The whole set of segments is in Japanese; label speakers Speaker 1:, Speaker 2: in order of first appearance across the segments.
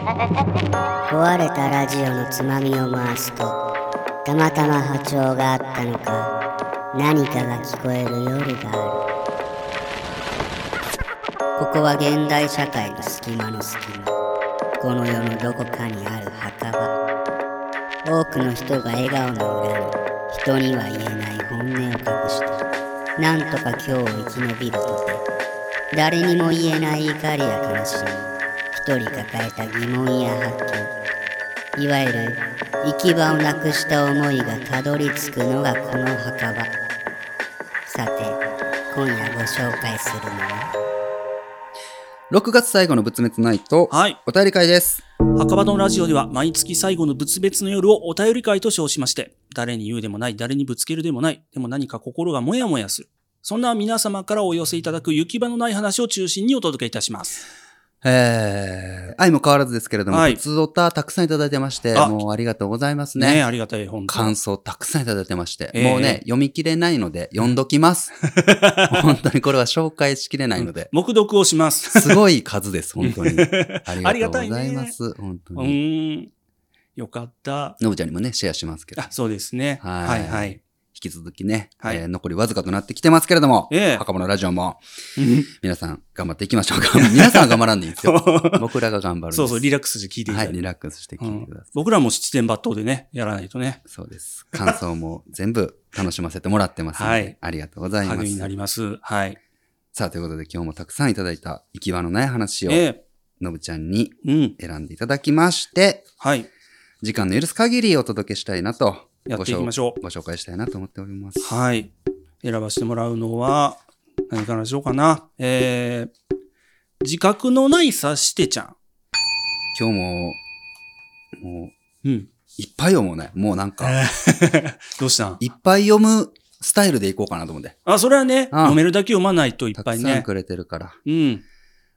Speaker 1: 壊れたラジオのつまみを回すとたまたま波長があったのか何かが聞こえる夜があるここは現代社会の隙間の隙間この世のどこかにある墓場多くの人が笑顔の裏に人には言えない本音を隠してなんとか今日を生き延びるとて誰にも言えない怒りや悲しみ一人抱えた疑問や発見いわゆる行き場をなくした思いがたどり着くのがこの墓場さて今夜ご紹介するのは
Speaker 2: 6月最後の仏滅ナイト、
Speaker 3: はい。
Speaker 2: お便り会です。
Speaker 3: 墓場のラジオでは毎月最後の仏別の夜をお便り会と称しまして、誰に言うでもない、誰にぶつけるでもない、でも何か心がもやもやする。そんな皆様からお寄せいただく行き場のない話を中心にお届けいたします。
Speaker 2: えー、愛も変わらずですけれども、
Speaker 3: はい
Speaker 2: 仏像たたくさんいただいてまして、
Speaker 3: あ
Speaker 2: もうありがとうございます
Speaker 3: ね
Speaker 2: ね。
Speaker 3: ありがたい、本当
Speaker 2: 感想たくさんいただいてまして、
Speaker 3: えー
Speaker 2: もうね、読み切れないので、読んどき ます。本当にこれは紹介しきれないので、
Speaker 3: 目読をします。
Speaker 2: すごい数です、本 当に。ありがと うございます。本当に。
Speaker 3: うーん。よかった。
Speaker 2: のぶちゃんにもね、シェアしますけど
Speaker 3: あ、、そうですね。
Speaker 2: は
Speaker 3: は いいはい。
Speaker 2: 引き続きね、
Speaker 3: はい
Speaker 2: えー残りわずかとなってきてますけれども、
Speaker 3: ええ
Speaker 2: 墓場のラジオも、皆さん頑張っていきましょうか。皆さんは頑張らんでいいんです よ。僕らが頑張るんです。
Speaker 3: そうそう、リ
Speaker 2: ラッ
Speaker 3: ラックスして聞いていただ
Speaker 2: はいい、
Speaker 3: て。
Speaker 2: リラックスして聞いてください。
Speaker 3: 僕らも七点抜刀でね、やらないとね、
Speaker 2: そうです。感想も全部楽しませてもらってますので、
Speaker 3: はい
Speaker 2: ありがとうございま
Speaker 3: 励みにな
Speaker 2: す。
Speaker 3: ります。はい。
Speaker 2: さあ、ということで今日もたくさんいただいた行き場のない話を、
Speaker 3: え
Speaker 2: のぶちゃんに
Speaker 3: え、うん。
Speaker 2: 選んでいただきまして、
Speaker 3: はい。
Speaker 2: 時間の許す限りお届けしたいなと、
Speaker 3: やっていきましょう。
Speaker 2: ご紹介したいなと思っております。
Speaker 3: はい。選ばせてもらうのは、何からしようかな。えー、自覚のない察してちゃ
Speaker 2: 今日も、もう、
Speaker 3: ん。うん。
Speaker 2: いっぱい読もうね。もうなんか、
Speaker 3: どうしたん
Speaker 2: いっぱい読むスタイルでいこうかなと思って。
Speaker 3: あ、それはね、
Speaker 2: ああ
Speaker 3: 飲めるだけ読まないとい
Speaker 2: た
Speaker 3: っぱ
Speaker 2: く
Speaker 3: い
Speaker 2: さん
Speaker 3: ね。
Speaker 2: くれてるから。
Speaker 3: うん。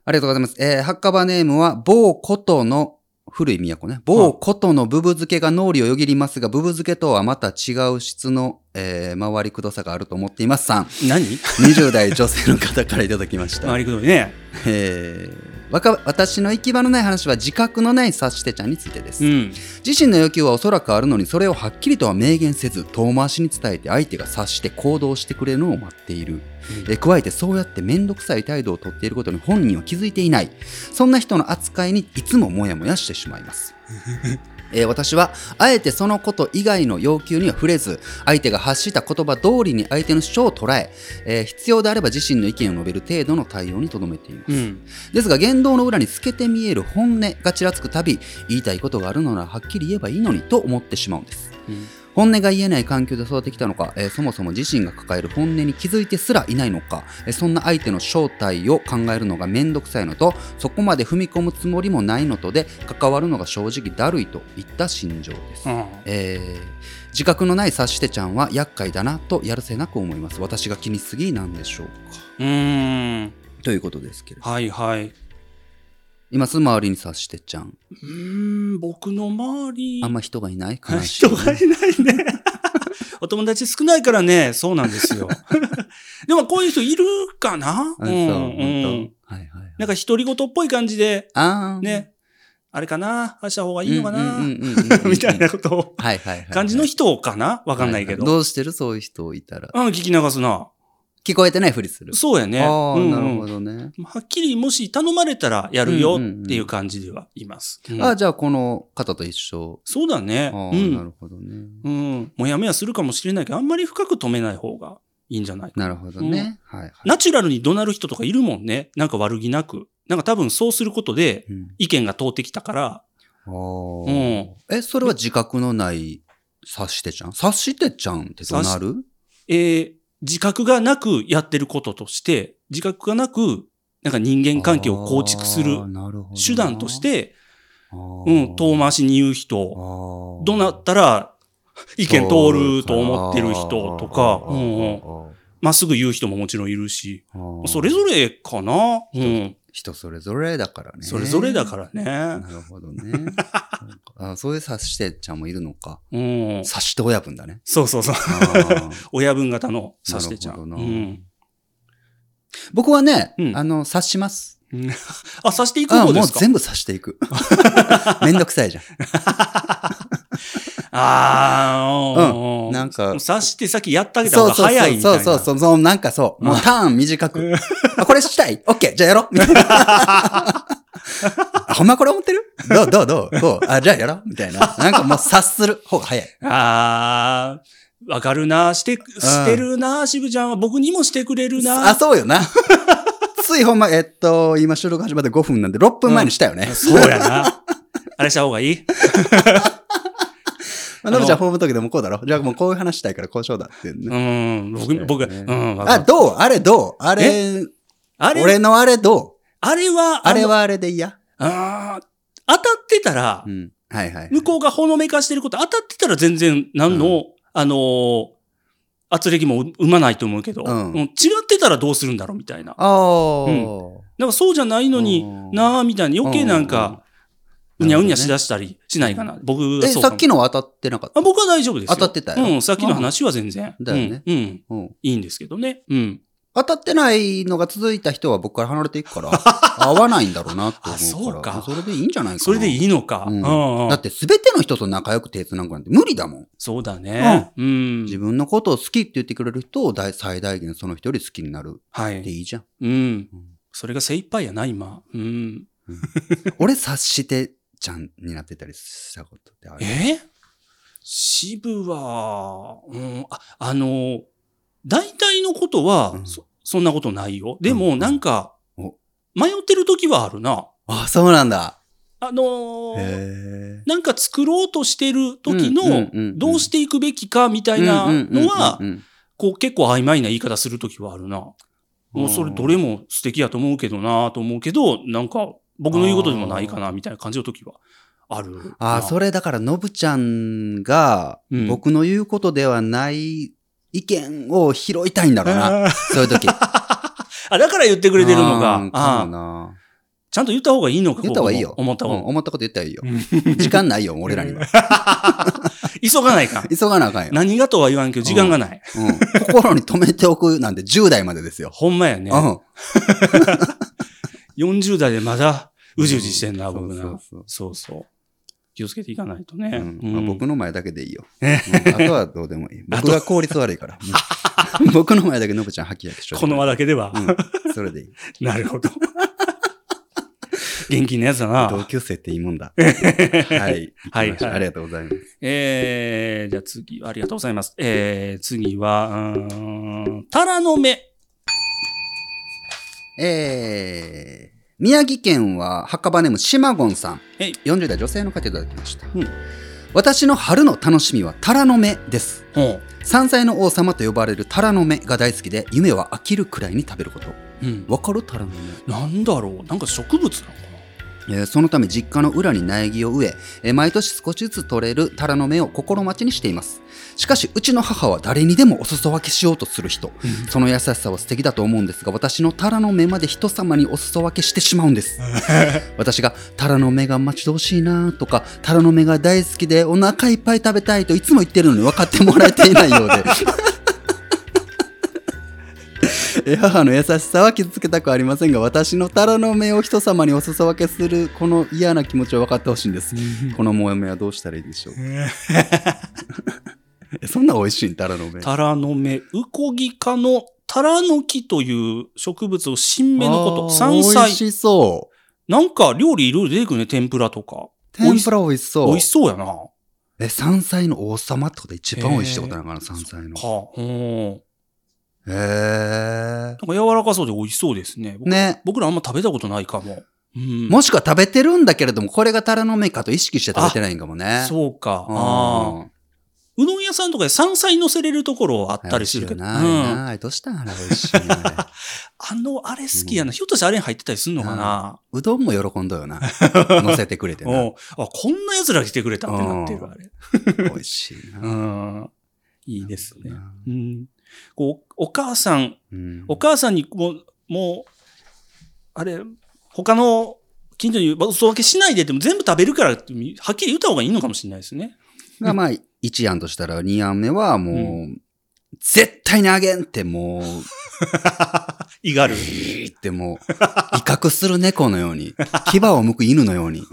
Speaker 2: ありがとうございます。えー、ハッカバネームは、某ことの、古い都ね。某ことのブブ漬けが脳裏をよぎりますが、ブブ漬けとはまた違う質の、えー、回りくどさがあると思っています。さん、
Speaker 3: 何
Speaker 2: 20代女性の方からいただきま した。
Speaker 3: 回りくどいね。
Speaker 2: えー、わか私の行き場のない話は自覚のない察してちゃんについてです。
Speaker 3: うん。
Speaker 2: 自身の要求はおそらくあるのにそれをはっきりとは明言せず遠回しに伝えて相手が察して行動してくれるのを待っている、
Speaker 3: うん
Speaker 2: え加えてそうやって面倒くさい態度をとっていることに本人は気づいていないそんな人の扱いにいつもモヤモヤしてしまいます えー私はあえてそのこと以外の要求には触れず相手が発した言葉通りに相手の主張を捉ええー必要であれば自身の意見を述べる程度の対応にとどめています
Speaker 3: うん。
Speaker 2: ですが言動の裏に透けて見える本音がちらつくたび言いたいことがあるのならはっきり言えばいいのにと思ってしまうんです
Speaker 3: うん
Speaker 2: 本音が言えない環境で育ってきたのか、えーそもそも自身が抱える本音に気づいてすらいないのか、えーそんな相手の正体を考えるのがめんどくさいのとそこまで踏み込むつもりもないのとで関わるのが正直だるいといった心情です、
Speaker 3: うん
Speaker 2: えー自覚のない察してちゃんは厄介だなとやるせなく思います私が気にしすぎなんでしょうか
Speaker 3: うーん。
Speaker 2: ということですけれど
Speaker 3: はいはい。う
Speaker 2: 今すぐ周りに察してちゃん
Speaker 3: ーん、僕の周り。
Speaker 2: あんま人がいない悲しい
Speaker 3: 人がいないね。 お友達少ないからね、そうなんで すよ。でもこういう人いるかな
Speaker 2: あそう、本当はいはいはい。
Speaker 3: なんか独り言っぽい感じで、
Speaker 2: あー、
Speaker 3: ね、あれかなああした方が
Speaker 2: う
Speaker 3: い
Speaker 2: んう
Speaker 3: い
Speaker 2: ん
Speaker 3: の
Speaker 2: うん
Speaker 3: か
Speaker 2: うん
Speaker 3: な、
Speaker 2: うんうんうん。
Speaker 3: みたいなことを、
Speaker 2: はいはいはい。
Speaker 3: 感じの人かなわかんないけど。
Speaker 2: どうしてるそういう人いたら。
Speaker 3: うん、聞き流すな。
Speaker 2: 聞こえてないふりする。
Speaker 3: そうやね。
Speaker 2: ああ、
Speaker 3: うんうん
Speaker 2: なるほどね。
Speaker 3: はっきりもし頼まれたらやるよっていう感じではいます。うん
Speaker 2: あじゃあこの方と一緒。
Speaker 3: そうだ
Speaker 2: あ
Speaker 3: ね。
Speaker 2: あ、
Speaker 3: う。
Speaker 2: なんるほどね。
Speaker 3: うん。もやもやするかもしれないけど、あんまり深く止めない方がいいんじゃないかな
Speaker 2: なるほどね。はいはい。
Speaker 3: ナチュラルに怒鳴る人とかいるもんね。なんか悪気なく。なんか多分そうすることで
Speaker 2: うん
Speaker 3: 意見が通ってきたから、
Speaker 2: あ
Speaker 3: うん
Speaker 2: あ。え、それは自覚のない察してちゃん察してちゃんってどうなる
Speaker 3: えー自覚がなくやってることとして、自覚がなく、なんか人間関係を構築する
Speaker 2: あーなるほどな
Speaker 3: 手段とし、て、
Speaker 2: あー
Speaker 3: うん、遠回しに言う人、
Speaker 2: あー
Speaker 3: どなったら意見通ると思ってる人とか、
Speaker 2: あ
Speaker 3: う
Speaker 2: ー
Speaker 3: んうんまっすぐ言う人ももちろんいるし、
Speaker 2: あー
Speaker 3: それぞれかなうん。
Speaker 2: 人それぞれだからね。
Speaker 3: それぞれだから
Speaker 2: な
Speaker 3: ね。
Speaker 2: るほどね。そうかあそういう察してちゃんもいるのか。
Speaker 3: うん。
Speaker 2: 察して親分だ ね。
Speaker 3: そうそうそう。
Speaker 2: あー
Speaker 3: 親分型の指してちゃう。
Speaker 2: なる
Speaker 3: う。
Speaker 2: ほどなん僕はね、
Speaker 3: うん
Speaker 2: あの、察します。
Speaker 3: あ、さしていく
Speaker 2: あ
Speaker 3: 方
Speaker 2: あ
Speaker 3: で
Speaker 2: もう
Speaker 3: すか
Speaker 2: 全部刺してい く。めんどくさいじゃん。
Speaker 3: ああ、
Speaker 2: うんなんか
Speaker 3: 刺してさっきやったけど
Speaker 2: そうそう
Speaker 3: 早いみ
Speaker 2: そ
Speaker 3: たい
Speaker 2: う
Speaker 3: な。
Speaker 2: そうそう、そうなんかそう。もうターン短く。あ、これしたいオッケーじゃあやろうみたいな。あほんまこれ思ってるどうどうどうこうあ、じゃあやろうみたいな。なんかもう察する方が早い。
Speaker 3: ああ、わかるな、して、してるな、しぶちゃんは僕にもしてくれるな。
Speaker 2: あ、そうよな。ついほんま、えっと、今収録始まって5分なんで6分前にしたよね。
Speaker 3: そうやな。あれした方がいい
Speaker 2: まあ、のぶちゃんホーム時でもこうだろじゃあもうこういう話したいからこうしようだって、ね
Speaker 3: うん、僕、僕、うん、わか
Speaker 2: あ、
Speaker 3: る
Speaker 2: どうあれどうあれ、
Speaker 3: あれ、
Speaker 2: 俺のあれどう
Speaker 3: あれは、
Speaker 2: あれはあれで嫌
Speaker 3: あの、あー当たってたら
Speaker 2: う、ん。はいはい。
Speaker 3: 向こうがほのめかしてること当たってたら全然何の、あのー、圧力も生まないと思うけど、
Speaker 2: うん
Speaker 3: うん違ってたらどうするんだろうみたいな。
Speaker 2: ああ、
Speaker 3: なんかそうじゃないのに
Speaker 2: うん
Speaker 3: なあみたいな余計なんか、
Speaker 2: う
Speaker 3: うんにゃうにゃしだしたりしないかな。僕が
Speaker 2: え、
Speaker 3: そう
Speaker 2: さ
Speaker 3: か
Speaker 2: っ
Speaker 3: も
Speaker 2: きのは当たってなかった
Speaker 3: あ僕は大丈夫ですよ。
Speaker 2: 当たってたよ
Speaker 3: うん、さっきの話は全然。
Speaker 2: だよね
Speaker 3: うん。うん
Speaker 2: うん
Speaker 3: いいんですけどね。うん。
Speaker 2: 当たってないのが続いた人は僕から離れていく から、合わないんだろうなって思うから。
Speaker 3: あそうか
Speaker 2: れでいいんじゃないかな。
Speaker 3: それでいいのか。
Speaker 2: う
Speaker 3: うんんうん
Speaker 2: だって全ての人と仲良く手繋ぐなんて無理だもん。
Speaker 3: そうだね。うん。
Speaker 2: 自分のことを好きって言ってくれる人を大最大限その人より好きになる
Speaker 3: は
Speaker 2: で
Speaker 3: い。
Speaker 2: いいじゃん。
Speaker 3: うん
Speaker 2: うん。
Speaker 3: それが精一杯やな、今。うん。
Speaker 2: 俺察してちゃんになってたりしたことってある。
Speaker 3: え渋は、うん、あ、あの、大体のことは、
Speaker 2: うん
Speaker 3: そ、そんなことないよ。で
Speaker 2: うんう
Speaker 3: も、
Speaker 2: ん
Speaker 3: なんか、
Speaker 2: お
Speaker 3: 迷ってる時はあるな。
Speaker 2: あ、そうなんだ。
Speaker 3: あのー
Speaker 2: へ
Speaker 3: なんか作ろうとしてる時
Speaker 2: うんうん
Speaker 3: の
Speaker 2: うんう、ん
Speaker 3: どうしていくべきかみた
Speaker 2: え。
Speaker 3: いなのは
Speaker 2: うんう、んうんうん
Speaker 3: こう結構曖昧な言い方するときはあるな。もうそれどれも素敵やと思うけどなと思うけど、なんか僕の言うことでもないかなみたいな感じのときはある。
Speaker 2: あー、そ
Speaker 3: れ。
Speaker 2: れだから、のぶちゃんが、
Speaker 3: うん
Speaker 2: 僕の言うことではない意見を拾いたいんだろうな。そういう時。
Speaker 3: あ、だから言ってく
Speaker 2: く
Speaker 3: れてるのか。
Speaker 2: かも
Speaker 3: あ
Speaker 2: な。
Speaker 3: ちゃんと言った方がいいのか。
Speaker 2: 言った方がいいよ
Speaker 3: こ。う思った
Speaker 2: うん
Speaker 3: 方が。
Speaker 2: 思ったこと言ったらいいよ。時間ないよ、俺らには。
Speaker 3: 急がないか。
Speaker 2: 急がなあかんよ。
Speaker 3: 何がとは言わんけど時間がない。
Speaker 2: うん心に留めておくなんて10代までですよ。
Speaker 3: ほんまやね
Speaker 2: う。ん。
Speaker 3: 40代でまだうじうじしてんな、
Speaker 2: うん
Speaker 3: 僕な。
Speaker 2: そうそう
Speaker 3: そうそう。気をつけていかないとね。
Speaker 2: うん
Speaker 3: うん
Speaker 2: まあ僕の前だけでいいよ。うんあとはどうでもいい。 僕が効率悪いから。うん 僕の前だけのぶちゃん吐きやけしょ。
Speaker 3: この輪だけでは。
Speaker 2: うんそれでいい。
Speaker 3: なるほど。 元気なやつだ
Speaker 2: 同
Speaker 3: な。
Speaker 2: 級生っていいもん だ。はい。
Speaker 3: はい
Speaker 2: 行きましょう
Speaker 3: はい
Speaker 2: ありがとうございます。
Speaker 3: えー、じゃあ次、ありがとうございます。えー、次は、うーん、タラの芽。
Speaker 2: えー、宮城県は墓場ネームシマゴンさん
Speaker 3: はい
Speaker 2: 40代女性の方いただきました、
Speaker 3: うん
Speaker 2: 私の春の楽しみはタラの芽です
Speaker 3: ほう。
Speaker 2: 山菜の王様と呼ばれるタラの芽が大好きで夢は飽きるくらいに食べること
Speaker 3: うん。
Speaker 2: わかるタラの芽
Speaker 3: なんだろうなんか植物なのか
Speaker 2: えーそのため実家の裏に苗木を植ええー毎年少しずつ取れるタラの芽を心待ちにしていますしかしうちの母は誰にでもお裾分けしようとする人その優しさは素敵だと思うんですが私のタラの芽まで人様にお裾分けしてしまうんです私がタラの芽が待ち遠しいなとかタラの芽が大好きでお腹いっぱい食べたいといつも言ってるのに分かってもらえていないようでえ母の優しさは傷つけたくありませんが私のタラの芽を人様にお裾分けするこの嫌な気持ちを分かってほしいんです
Speaker 3: な
Speaker 2: このモヤモヤどうしたらいいでしょうえそんな美味しいんタラの芽
Speaker 3: タラの芽、ウコギ科のタラの木という植物を新芽のこと、
Speaker 2: あー
Speaker 3: 山
Speaker 2: 美味
Speaker 3: 菜。
Speaker 2: しそう
Speaker 3: なんか料理いろいろ出てくるね、天ぷらとか。
Speaker 2: 天ぷら美味しそう。
Speaker 3: 美味しそうやな。は
Speaker 2: え、山菜の王様ってことで一番美味しいってことなのかな、山菜の
Speaker 3: あ、。ほ
Speaker 2: へ
Speaker 3: う。なんか柔らかそうで美味しそうですね。
Speaker 2: え。ね。
Speaker 3: 僕らあんま食べたことないかも。うん。
Speaker 2: もしくは食べてるんだけれども、これがタラの芽かと意識して食べてないんかもね。う。
Speaker 3: そうか。ああ。うどん屋さんとかで山菜乗せれるところあったりするけど。
Speaker 2: な。
Speaker 3: うん
Speaker 2: なあれどうしたんあれ美味しいな あれ
Speaker 3: あの、あれ好きやな。ひょっとしてあれに入ってたりすんのかな、
Speaker 2: うどんも喜んど よな。乗せてくれて
Speaker 3: う
Speaker 2: な。
Speaker 3: んあ、こんな奴ら来てくれたってなってる、あれ。
Speaker 2: 美味しいな。
Speaker 3: うん。いいですね。
Speaker 2: な
Speaker 3: うん。こう、お母さん、
Speaker 2: うん
Speaker 3: お母さんにもう、もう、あれ、他の近所にお裾分けしないでっても全部食べるからって、はっきり言った方がいいのかもしれないですね。
Speaker 2: がまあ、一案としたら、二案目はもう、絶対にあげんってもう、
Speaker 3: いがる。
Speaker 2: ビーっても う、威嚇する猫のように、牙を剥く犬のように、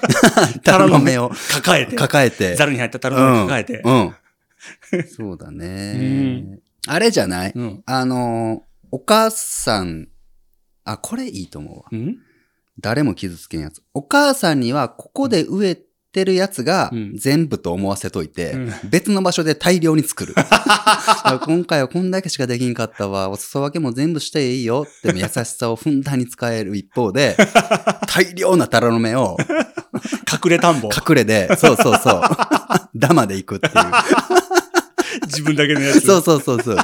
Speaker 2: タラの目を
Speaker 3: 抱えて。
Speaker 2: 抱えて。
Speaker 3: ザルに入ったタラの目を抱えて。
Speaker 2: うん。 そうだね。あれじゃない
Speaker 3: うん。
Speaker 2: あのー、お母さん、あ、これいいと思うわ。
Speaker 3: うん
Speaker 2: 誰も傷つけんやつ。お母さんには、ここで植えてるやつが
Speaker 3: うん
Speaker 2: 全部と思わせといて、
Speaker 3: うん
Speaker 2: 別の場所で大量に作る。だ から今回はこんだけしかできんかったわ。お裾分けも全部していいよ。でも優しさをふんだんに使える一方で、大量なタラの芽を
Speaker 3: 隠れ田んぼ。
Speaker 2: 隠れで、そうそうそう。 ダマでいくっていう。
Speaker 3: 自分だけのやつ。
Speaker 2: そうそうそうそう。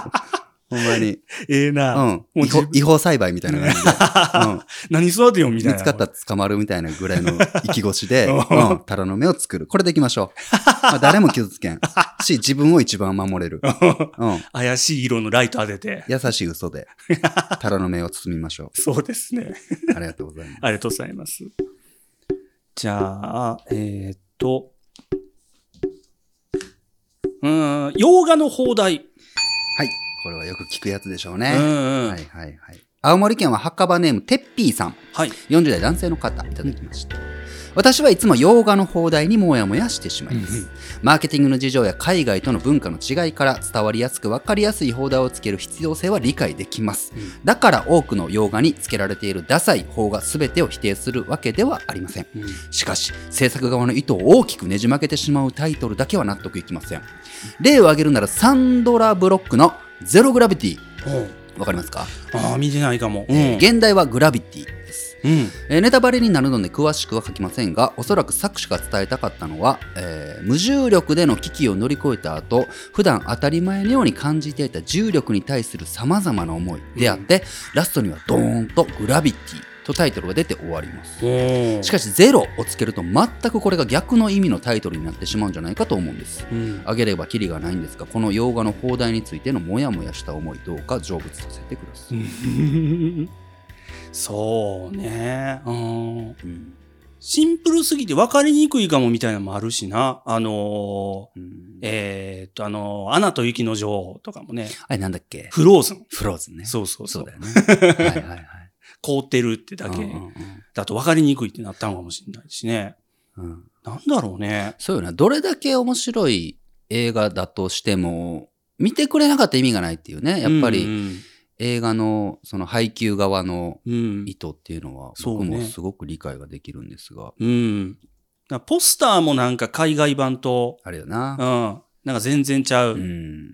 Speaker 2: ほんまに。
Speaker 3: ええ
Speaker 2: う
Speaker 3: な。
Speaker 2: ん。違法
Speaker 3: もう自分
Speaker 2: 違法栽培みたいな感じ で。うん
Speaker 3: 何育てよ、みたい
Speaker 2: 見
Speaker 3: な。
Speaker 2: つかったら捕まるみたいなぐらいの意気越し で、
Speaker 3: うん
Speaker 2: うん、タラの芽を作る。これでいきましょう。まあ誰も傷つけ ん。し、自分を一番守れる。うん。
Speaker 3: 怪しい色のライト当てて。
Speaker 2: 優しい嘘で、タラの芽を包みましょ
Speaker 3: そうですね。
Speaker 2: う。ありがとうございます。
Speaker 3: ありがとうございます。じゃあ、えーっと。うーん、洋画の放題。
Speaker 2: はい。これはよく聞くやつでしょう
Speaker 3: う
Speaker 2: ね。
Speaker 3: んうん。
Speaker 2: はいはいはい。青森県は墓場ネーム、てっぴーさん。
Speaker 3: はい。
Speaker 2: 40代男性の方いただきました、私はいつも洋画の放題にもやもやしてしまいます、
Speaker 3: うんうん
Speaker 2: マーケティングの事情や海外との文化の違いから伝わりやすく分かりやすい放題をつける必要性は理解できます、
Speaker 3: うん
Speaker 2: だから多くの洋画につけられているダサい方が全てを否定するわけではありません
Speaker 3: うん
Speaker 2: しかし制作側の意図を大きくねじ曲げてしまうタイトルだけは納得いきません例を挙げるならサンドラ・ブロックの「ゼログラビティ」わかりますか、
Speaker 3: ああ、見てないかも。うん。
Speaker 2: えー現代はグラビティです
Speaker 3: うん。
Speaker 2: えーネタバレになるので詳しくは書きませんがおそらく作者が伝えたかったのは、えー無重力での危機を乗り越えた後普段当たり前のように感じていた重力に対するさまざまな思いであって、ラストにはドーンと「グラビティ」とタイトルが出て終わります。
Speaker 3: おー
Speaker 2: しかし「ゼロ」をつけると全くこれが逆の意味のタイトルになってしまうんじゃないかと思うんです。
Speaker 3: う ん。
Speaker 2: あげればキリがないんですがこの洋画の放題についてのモヤモヤした思いどうか成仏させてください。
Speaker 3: そうね。うん。
Speaker 2: うん
Speaker 3: シンプルすぎて分かりにくいかもみたいなのもあるしな。あのー
Speaker 2: うん
Speaker 3: えーっと、あのーアナと雪の女王とかもね、
Speaker 2: あれなんだっけ
Speaker 3: フローズン。
Speaker 2: フローズンね。
Speaker 3: そうそうそう。
Speaker 2: よね。はいはいはい。
Speaker 3: 凍ってるってだけ
Speaker 2: うんうん
Speaker 3: だと分かりにくいってなったのかもしれないしね。
Speaker 2: うんうん
Speaker 3: なんだろうね。
Speaker 2: そうよな。どれだけ面白い映画だとしても、見てくれなかったら意味がないっていうね。やっぱ
Speaker 3: う
Speaker 2: り
Speaker 3: ん
Speaker 2: 映画のその配給側の
Speaker 3: うん。うん
Speaker 2: 意図っていうのは
Speaker 3: そう
Speaker 2: 僕
Speaker 3: ね
Speaker 2: もすごく理解ができるんですが、
Speaker 3: うん。だからポスターもなんか海外版と、
Speaker 2: あれよ
Speaker 3: うん。
Speaker 2: な。
Speaker 3: なんか全然ちゃう。
Speaker 2: うん。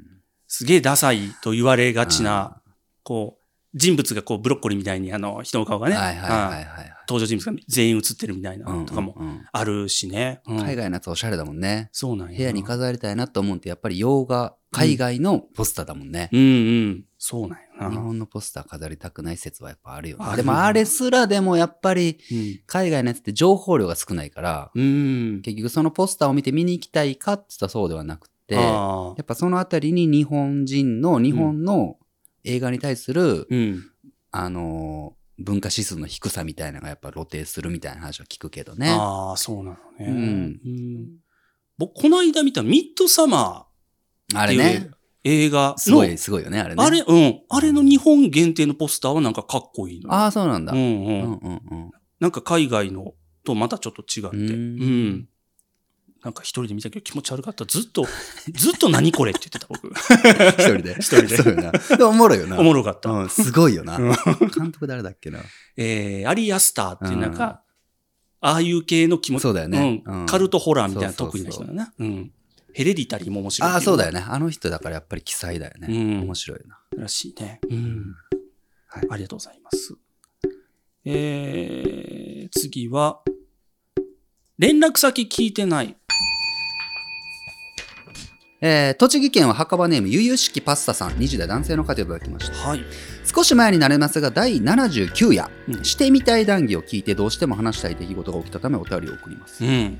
Speaker 3: すげえダサいと言われがちな、
Speaker 2: あ
Speaker 3: こう、人物がこうブロッコリーみたいにあの人の顔が
Speaker 2: ー。
Speaker 3: ね、
Speaker 2: はいはいは
Speaker 3: うん
Speaker 2: いはい
Speaker 3: 登場人物が全員映ってるみたい
Speaker 2: はい。
Speaker 3: なとかも
Speaker 2: うんうんうん
Speaker 3: あるしね。うん
Speaker 2: 海外のやつおしゃれだもんね。
Speaker 3: そうなんやな。
Speaker 2: 部屋に飾りたいなと思うんってやっぱり洋画、海外のポスターだもんね。
Speaker 3: うんうん。そうなんや
Speaker 2: 日
Speaker 3: な。
Speaker 2: 本のポスター飾りたくない説はやっぱあるよね
Speaker 3: ある
Speaker 2: でもあれすらでもやっぱり
Speaker 3: うん。
Speaker 2: 海外のやつって情報量が少ないから、
Speaker 3: うん。
Speaker 2: 結局そのポスターを見て見に行きたいかって言ったらそうではなくて、や
Speaker 3: ああ。
Speaker 2: っぱそのあたりに日本人の、日本の映画に対する、
Speaker 3: うん。
Speaker 2: あのー文化指数の低さみたいなのがやっぱ露呈するみたいな話は聞くけどね。
Speaker 3: ああ、そうなのね。
Speaker 2: うん
Speaker 3: うん僕、この間見たミッドサマ
Speaker 2: あ
Speaker 3: ーって
Speaker 2: れ
Speaker 3: い
Speaker 2: ね
Speaker 3: う。映画
Speaker 2: すご
Speaker 3: の、
Speaker 2: い、すごいよね、あれね。
Speaker 3: あれ、うん。あれの日本限定のポスターはなんかかっこいいの。
Speaker 2: ああ、そうなんだ。
Speaker 3: う
Speaker 2: うん
Speaker 3: う。
Speaker 2: うんんうん うん。
Speaker 3: なんか海外のとまたちょっと違って。
Speaker 2: う
Speaker 3: うん
Speaker 2: ん。
Speaker 3: なんか一人で見たけど気持ち悪かった。ずっと、ずっと何これって言って た僕。
Speaker 2: 一人で。
Speaker 3: 一人で
Speaker 2: そうよな。でもおもろいよな。
Speaker 3: おもろかった。
Speaker 2: うん、すごいよな
Speaker 3: うん。
Speaker 2: 監督誰だっけな。
Speaker 3: えー、アリアスターっていうなんか、ああいう系の気持ち、
Speaker 2: そうだよね。
Speaker 3: うん
Speaker 2: うん
Speaker 3: カルトホラーみたいな
Speaker 2: そう
Speaker 3: 得
Speaker 2: そう
Speaker 3: 意
Speaker 2: そ
Speaker 3: な
Speaker 2: う
Speaker 3: 人だよな。うん。ヘレディタリーも面白い。
Speaker 2: ああ、そうだよね。あの人だからやっぱり奇才だよね。
Speaker 3: うん
Speaker 2: 面白いよな。
Speaker 3: らしいね。うん。
Speaker 2: はい
Speaker 3: ありがとうございます。えー、次は、連絡先聞いてない。
Speaker 2: えー栃木県は墓場ネーム、ゆゆしきパスタさん、20代男性の方いただきました。
Speaker 3: はい。
Speaker 2: 少し前になれますが、第79夜、
Speaker 3: うん
Speaker 2: してみたい談義を聞いて、どうしても話したい出来事が起きたため、お便りを送ります。
Speaker 3: うん。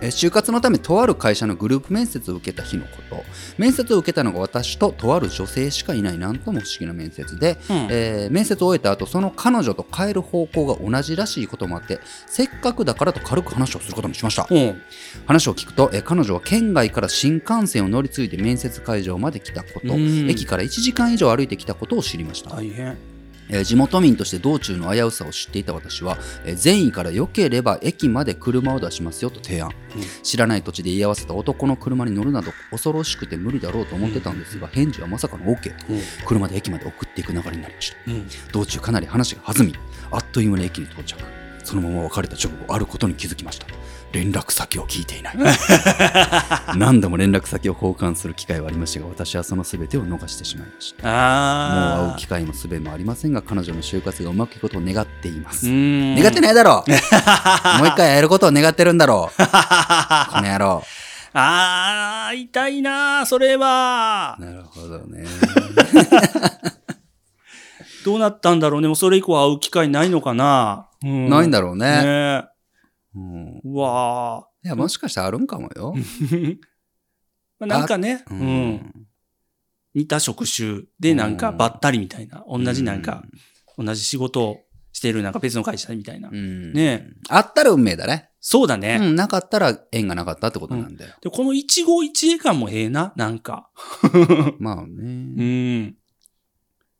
Speaker 2: えー就活のためとある会社のグループ面接を受けた日のこと面接を受けたのが私ととある女性しかいないなんとも不思議な面接で、
Speaker 3: うん
Speaker 2: えー面接を終えた後その彼女と帰る方向が同じらしいこともあってせっかくだからと軽く話をすることにしました
Speaker 3: うん。
Speaker 2: 話を聞くと、えー彼女は県外から新幹線を乗り継いで面接会場まで来たこと
Speaker 3: うん
Speaker 2: 駅から1時間以上歩いてきたことを知りました、
Speaker 3: 大変。
Speaker 2: えー地元民として道中の危うさを知っていた私は、えー善意から良ければ駅まで車を出しますよと提案、
Speaker 3: うん
Speaker 2: 知らない土地で居合わせた男の車に乗るなど恐ろしくて無理だろうと思ってたんですが、返事はまさかの OK 車で駅まで送っていく流れになりました
Speaker 3: うん。
Speaker 2: 道中かなり話が弾みあっという間に駅に到着そのまま別れた直後あることに気づきました連絡先を聞いていない何度も連絡先を交換する機会はありましたが私はその全てを逃してしまいましたもう会
Speaker 3: あ
Speaker 2: う機会もすべもありませんが彼女の就活がうまくいくことを願っていま
Speaker 3: あ。う
Speaker 2: す、
Speaker 3: ん。
Speaker 2: 願って ないだろうもう一回やることを願ってるんだろうこの野郎
Speaker 3: ああ、痛いなーそれは。
Speaker 2: なるほどね
Speaker 3: どうなったんだろうね。もうそれ以降会う機会ないのかな。うん
Speaker 2: ないんだろうね
Speaker 3: ね
Speaker 2: うん、
Speaker 3: うわ
Speaker 2: いやもしかしたらあるんかもよ、
Speaker 3: ー まあなんかね、
Speaker 2: う
Speaker 3: うんん。似た職種でなんかばったりみたいな。同じなんか、同じ仕事をしているなんか別の会社みたいな
Speaker 2: う。ん
Speaker 3: ね
Speaker 2: あったら運命だね
Speaker 3: そうだね。
Speaker 2: うん、なかったら縁がなかったってことなんだよ。
Speaker 3: でこの一期一会感もええな、なんか。
Speaker 2: まあ
Speaker 3: う
Speaker 2: ね。
Speaker 3: ん。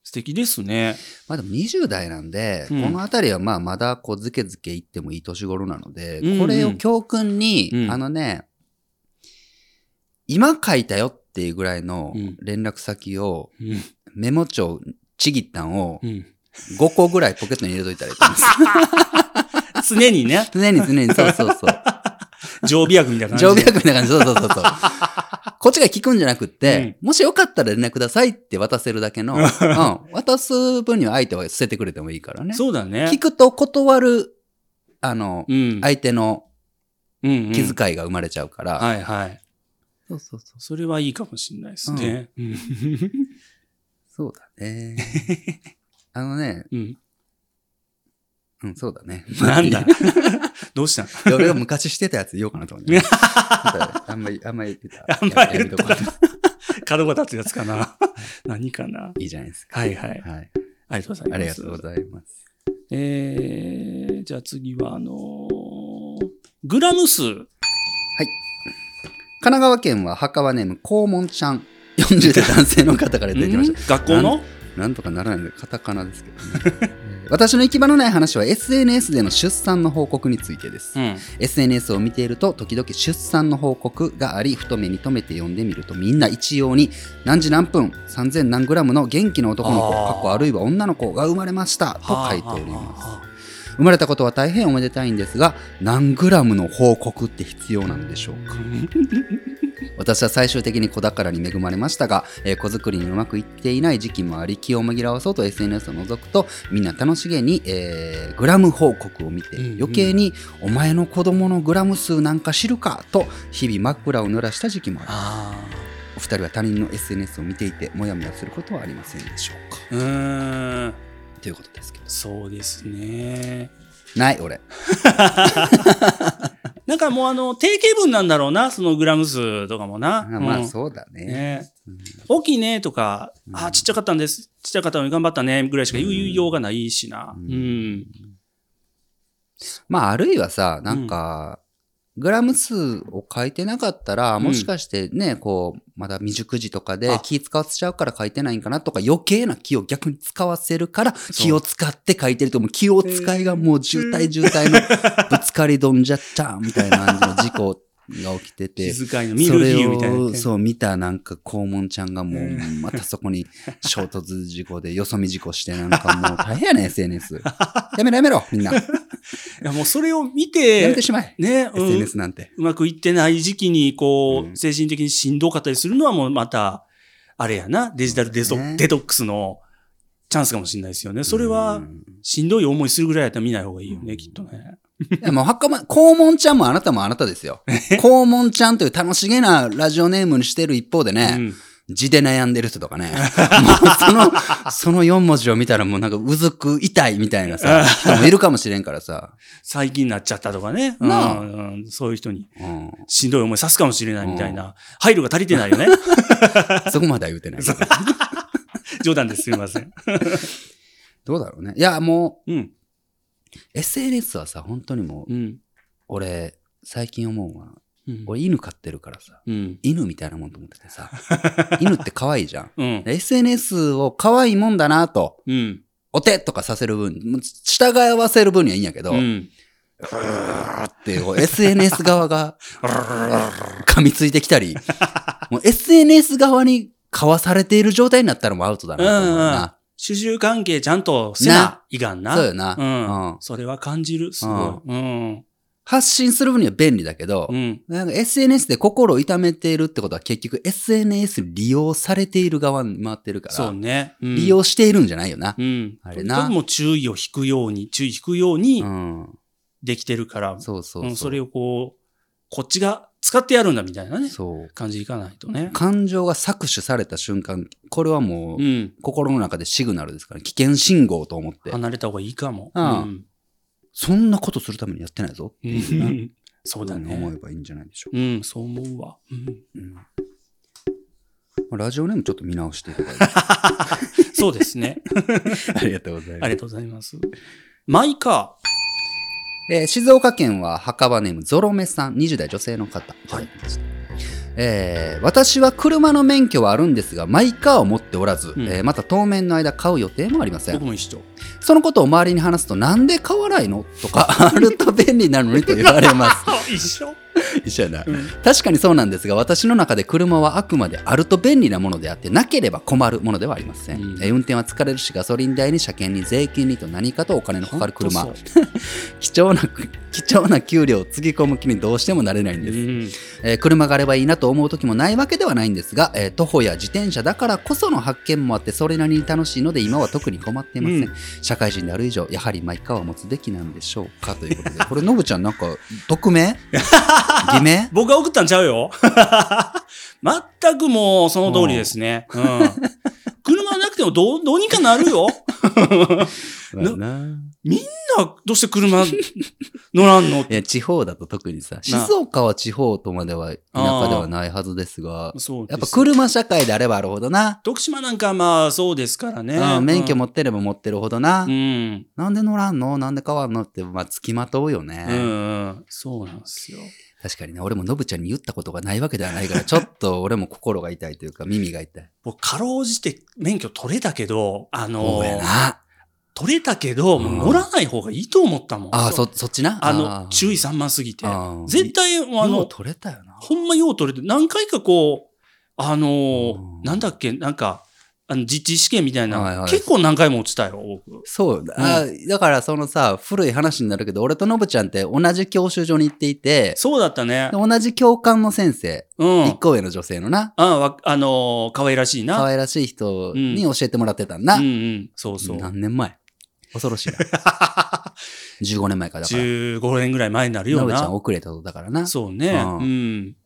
Speaker 3: 素敵ですね。
Speaker 2: まあでも20代なんで、
Speaker 3: うん
Speaker 2: このあたりはまあまだこうずけずけいってもいい年頃なので、
Speaker 3: うんうん
Speaker 2: これを教訓に、
Speaker 3: うん
Speaker 2: あのね、今書いたよっていうぐらいの
Speaker 3: うん
Speaker 2: 連絡先を、
Speaker 3: うん。
Speaker 2: メモ帳、ちぎったんを
Speaker 3: うん、
Speaker 2: 5個ぐらいポケットに入れといたらいいと思い ます。
Speaker 3: 常にね、
Speaker 2: 常に常に、そうそう そう。
Speaker 3: 常備薬みたいな感じで。
Speaker 2: 常備薬みたいな感じ、そうそうそう そう。こっちが聞くんじゃなくって、もしよかったら連絡くださいって渡せるだけの、うん、渡す分には相手は捨ててくれてもいいからね。
Speaker 3: そうだね。
Speaker 2: 聞くと断る、あの、
Speaker 3: うん。
Speaker 2: 相手の
Speaker 3: うんうん
Speaker 2: 気遣いが生まれちゃうから。
Speaker 3: はいはい。
Speaker 2: そうそうそう。
Speaker 3: それはいいかもしれないですね。うん。
Speaker 2: そうだね。あのね、
Speaker 3: うん。
Speaker 2: うん、そうだね。
Speaker 3: なんだ どうしたの
Speaker 2: いや俺が昔してたやつ言おうかなと思 って。あんまり、あんまり言ってた。
Speaker 3: あんまり言ってた
Speaker 2: やめとこ
Speaker 3: 角が立つやつかな 何かな
Speaker 2: ういいじゃないですか。
Speaker 3: はいはい。
Speaker 2: はい。
Speaker 3: ありがとうございます。
Speaker 2: ありがとうございます。
Speaker 3: えー、じゃあ次は、あのーグラム数。
Speaker 2: 神奈川県は墓場ネーム、肛門ちゃん。40代男性の方からいただきました。
Speaker 3: 学校の
Speaker 2: なんとかならないので、カタカナですけどね。 えー私の行き場のない話は SNS での出産の報告についてです。
Speaker 3: うん。
Speaker 2: SNS を見ていると、時々出産の報告があり、太めに留めて読んでみると、みんな一様に、何時何分、3000何グラムの元気な男の子、
Speaker 3: あー
Speaker 2: かっこあるいは女の子が生まれました、と書いております。
Speaker 3: は
Speaker 2: 生まれたことは大変おめでたいんですが、何グラムの報告って必要なんでしょう
Speaker 3: あ
Speaker 2: か
Speaker 3: はあは
Speaker 2: 私は最終的に子宝に恵まれましたが、えー子作りにうまくいっていない時期もあり気を紛らわそうと SNS を覗くとみんな楽しげに、えーグラム報告を見て
Speaker 3: うんうん
Speaker 2: 余計に「お前の子供のグラム数なんか知るか!」と日々枕を濡らした時期もあり
Speaker 3: あ
Speaker 2: お二人は他人の SNS を見ていてモヤモヤすることはありませんでしょうか
Speaker 3: ー。うーん。
Speaker 2: ということですけど
Speaker 3: そうですね。
Speaker 2: ない俺
Speaker 3: なんかもうあの、定型文なんだろうな、そのグラム数とかもな。
Speaker 2: あまあ
Speaker 3: うん
Speaker 2: そうだね
Speaker 3: ね大きいねとか、あ、ちっちゃかったんです。ちっちゃかったのに頑張ったね、ぐらいしか言うようがないしな。うん。
Speaker 2: まああるいはさなんか、グラム数を書いてなかったら、
Speaker 3: ん
Speaker 2: もしかしてね、こう、まだ未熟児とかで
Speaker 3: あ
Speaker 2: 気使わせちゃうから書いてないんかなとか、余計な気を逆に使わせるから、気を使って書いてると、もう気を使いがもう渋滞渋滞の ぶつかりどんじゃっちゃーみたいな感じの事故が起きてて。
Speaker 3: 気遣いのミ
Speaker 2: そ
Speaker 3: ルフィー
Speaker 2: れ
Speaker 3: ユみたいな
Speaker 2: を、
Speaker 3: ね。
Speaker 2: そう、見たなんか、肛門ちゃんがもう
Speaker 3: う、
Speaker 2: またそこに衝突事故で、よそ見事故して、なんかもう大変やね、SNS。やめろやめろ、みん な。や
Speaker 3: いやもうそれを見て、
Speaker 2: めてしまえ。
Speaker 3: ね、うん
Speaker 2: SNS なんて。
Speaker 3: うまくいってない時期に、こう、
Speaker 2: うん
Speaker 3: 精神的にしんどかったりするのはもうまた、あれやな、デジタルデソ、
Speaker 2: ね
Speaker 3: デトックスのチャンスかもしれないですよね。それは、
Speaker 2: うん
Speaker 3: しんどい思いするぐらいやったら見ない方がいいよね、きっとね。
Speaker 2: いやもう墓場、肛門ちゃんもあなたもあなたですよ。肛門ちゃんという楽しげなラジオネームにしてる一方でね、
Speaker 3: うん
Speaker 2: 字で悩んでる人とかね。 もうその、その4文字を見たらもうなんかうずく痛いみたいなさ、人もいるかもしれんからさ。
Speaker 3: 最近になっちゃったとかね。
Speaker 2: なあ
Speaker 3: うんうんそういう人に
Speaker 2: うん、
Speaker 3: しんどい思いさすかもしれないみたいな。配慮が足りてないよね。
Speaker 2: そこまでは言うてないけど。
Speaker 3: 冗談です。すいません。
Speaker 2: どうだろうね。いや、も
Speaker 3: うん。
Speaker 2: う、SNS はさ、本当にもう、
Speaker 3: うん。
Speaker 2: 俺、最近思うわ。
Speaker 3: うん。
Speaker 2: 俺、犬飼ってるからさ、
Speaker 3: うん。
Speaker 2: 犬みたいなもんと思っててさ、犬って可愛いじゃん。
Speaker 3: うん。
Speaker 2: SNS を可愛いもんだなと、
Speaker 3: うん。
Speaker 2: お手とかさせる分、もう従わせる分にはいいんやけど、
Speaker 3: う。
Speaker 2: うんわーってこう SNS 側が、噛みついてきた り、もう SNS 側にかわされている状態になったらもうアウトだなと思うな。
Speaker 3: 主従関係ちゃんとせないかんな。
Speaker 2: そうよな、
Speaker 3: うん。
Speaker 2: うん
Speaker 3: それは感じる。すごい。うん。
Speaker 2: 発信する分には便利だけど、
Speaker 3: うん。
Speaker 2: なんか SNS で心を痛めているってことは結局 SNS 利用されている側に回ってるから、
Speaker 3: そうね。うん
Speaker 2: 利用しているんじゃないよな。
Speaker 3: うん。
Speaker 2: あれな
Speaker 3: とにかくもう注意を引くように、注意引くように
Speaker 2: うん。
Speaker 3: できてるから、
Speaker 2: そうそうそう。
Speaker 3: うんそれをこう、こっちが使ってやるんだみたいなね、
Speaker 2: そう。
Speaker 3: 感じいかないとね。
Speaker 2: 感情が搾取された瞬間、これはもう
Speaker 3: う、ん。
Speaker 2: 心の中でシグナルですから、危険信号と思って、
Speaker 3: 離れた方がいいかも。
Speaker 2: ああ
Speaker 3: ん
Speaker 2: そんなことするためにやってないぞって
Speaker 3: う
Speaker 2: いうな、
Speaker 3: ん。そうだ
Speaker 2: 思え
Speaker 3: ね。
Speaker 2: ばいいんじゃないでしょう
Speaker 3: うん、そう思うわ。うん
Speaker 2: か。うんまあラジオネームちょっと見直していただい
Speaker 3: そうですね。
Speaker 2: て ありがとうござい
Speaker 3: あ
Speaker 2: ま
Speaker 3: り
Speaker 2: す。
Speaker 3: がとうございます。マイカ
Speaker 2: えー静岡県は墓場ネームゾロメさん、20代女性の方。はい。えー私は車の免許はあるんですが、マイカーを持っておらず、
Speaker 3: うん
Speaker 2: えーまた当面の間買う予定もありませ
Speaker 3: ー、
Speaker 2: ん
Speaker 3: 僕。も一緒。
Speaker 2: そのことを周りに話すと、なんで買わないのとか、 あると便利なのにと言われます。
Speaker 3: あ、一緒
Speaker 2: 一緒やな。
Speaker 3: うん。
Speaker 2: 確かにそうなんですが、私の中で車はあくまであると便利なものであって、なければ困るものではありません。
Speaker 3: うん
Speaker 2: え運転は疲れるし、ガソリン代に車検に税金にと何かとお金のかかる車
Speaker 3: ほん。と
Speaker 2: 貴重な、 貴重な給料をつぎ込む気にどうしてもなれないん
Speaker 3: そ
Speaker 2: で
Speaker 3: う
Speaker 2: す。
Speaker 3: うん
Speaker 2: えー車があればいいなと思う時もないわけではないんですが、えー徒歩や自転車だからこその発見もあってそれなりに楽しいので今は特に困っていません、
Speaker 3: う
Speaker 2: 社会人である以上やはりマイカーは持つべきなんでしょうかということでこれノブちゃんなんか匿 名偽名
Speaker 3: 僕が送ったんちゃうよ。 全くもうその通りですね。うん。車なくてもどう、どうにかなるよ。なみんなどうして車乗らんの
Speaker 2: いや地方だと特にさ静
Speaker 3: な
Speaker 2: 岡は地方とまでは田舎ではないはずですが
Speaker 3: そうで
Speaker 2: や
Speaker 3: す
Speaker 2: っぱ車社会であればあるほどな、
Speaker 3: 徳島なんかまあそうですからね。
Speaker 2: うん、免許持ってれば持ってるほどな、
Speaker 3: うん。うん。
Speaker 2: なんで乗らんのなんで買わんのって、まあ、付きまとうよね、
Speaker 3: うんうん。そうなんですよ。
Speaker 2: 確かにね、俺もノブちゃんに言ったことがないわけではない から、ちょっと俺も心が痛いというか、耳が痛い。
Speaker 3: 僕、かろうじて免許取れたけど、あ
Speaker 2: そ
Speaker 3: の
Speaker 2: う、やな。
Speaker 3: 取れたけど、
Speaker 2: うん
Speaker 3: もう乗らない方がいいと思ったもん。
Speaker 2: ああ、そ、そっちな。
Speaker 3: あの、注意散漫すぎて。
Speaker 2: あー
Speaker 3: 絶対、あ
Speaker 2: あの、
Speaker 3: の、
Speaker 2: 取れたよな。
Speaker 3: ほんまよう取れて、何回かこう、あのー
Speaker 2: うん
Speaker 3: なんだっけ、なんか、あの、実地試験みたいな、
Speaker 2: はいはい
Speaker 3: 結構何回も落ちたよ、僕。
Speaker 2: そう、あーだからそのさ、古い話になるけど、俺とノブちゃんって同じ教習所に行っていて、
Speaker 3: そうだったね
Speaker 2: で。同じ教官の先生、
Speaker 3: うん。
Speaker 2: 一個上の女性のな、
Speaker 3: あわあのー可愛らしいな。
Speaker 2: 可愛らしい人に教えてもらってたんだ
Speaker 3: うんうん。そうそう。
Speaker 2: 何年前恐ろしいな。15年前かだから。
Speaker 3: 15年ぐらい前になるよ
Speaker 2: ノ
Speaker 3: う
Speaker 2: ブちゃ
Speaker 3: な。
Speaker 2: ん遅れたことだからな。
Speaker 3: そうね。
Speaker 2: うん
Speaker 3: うん。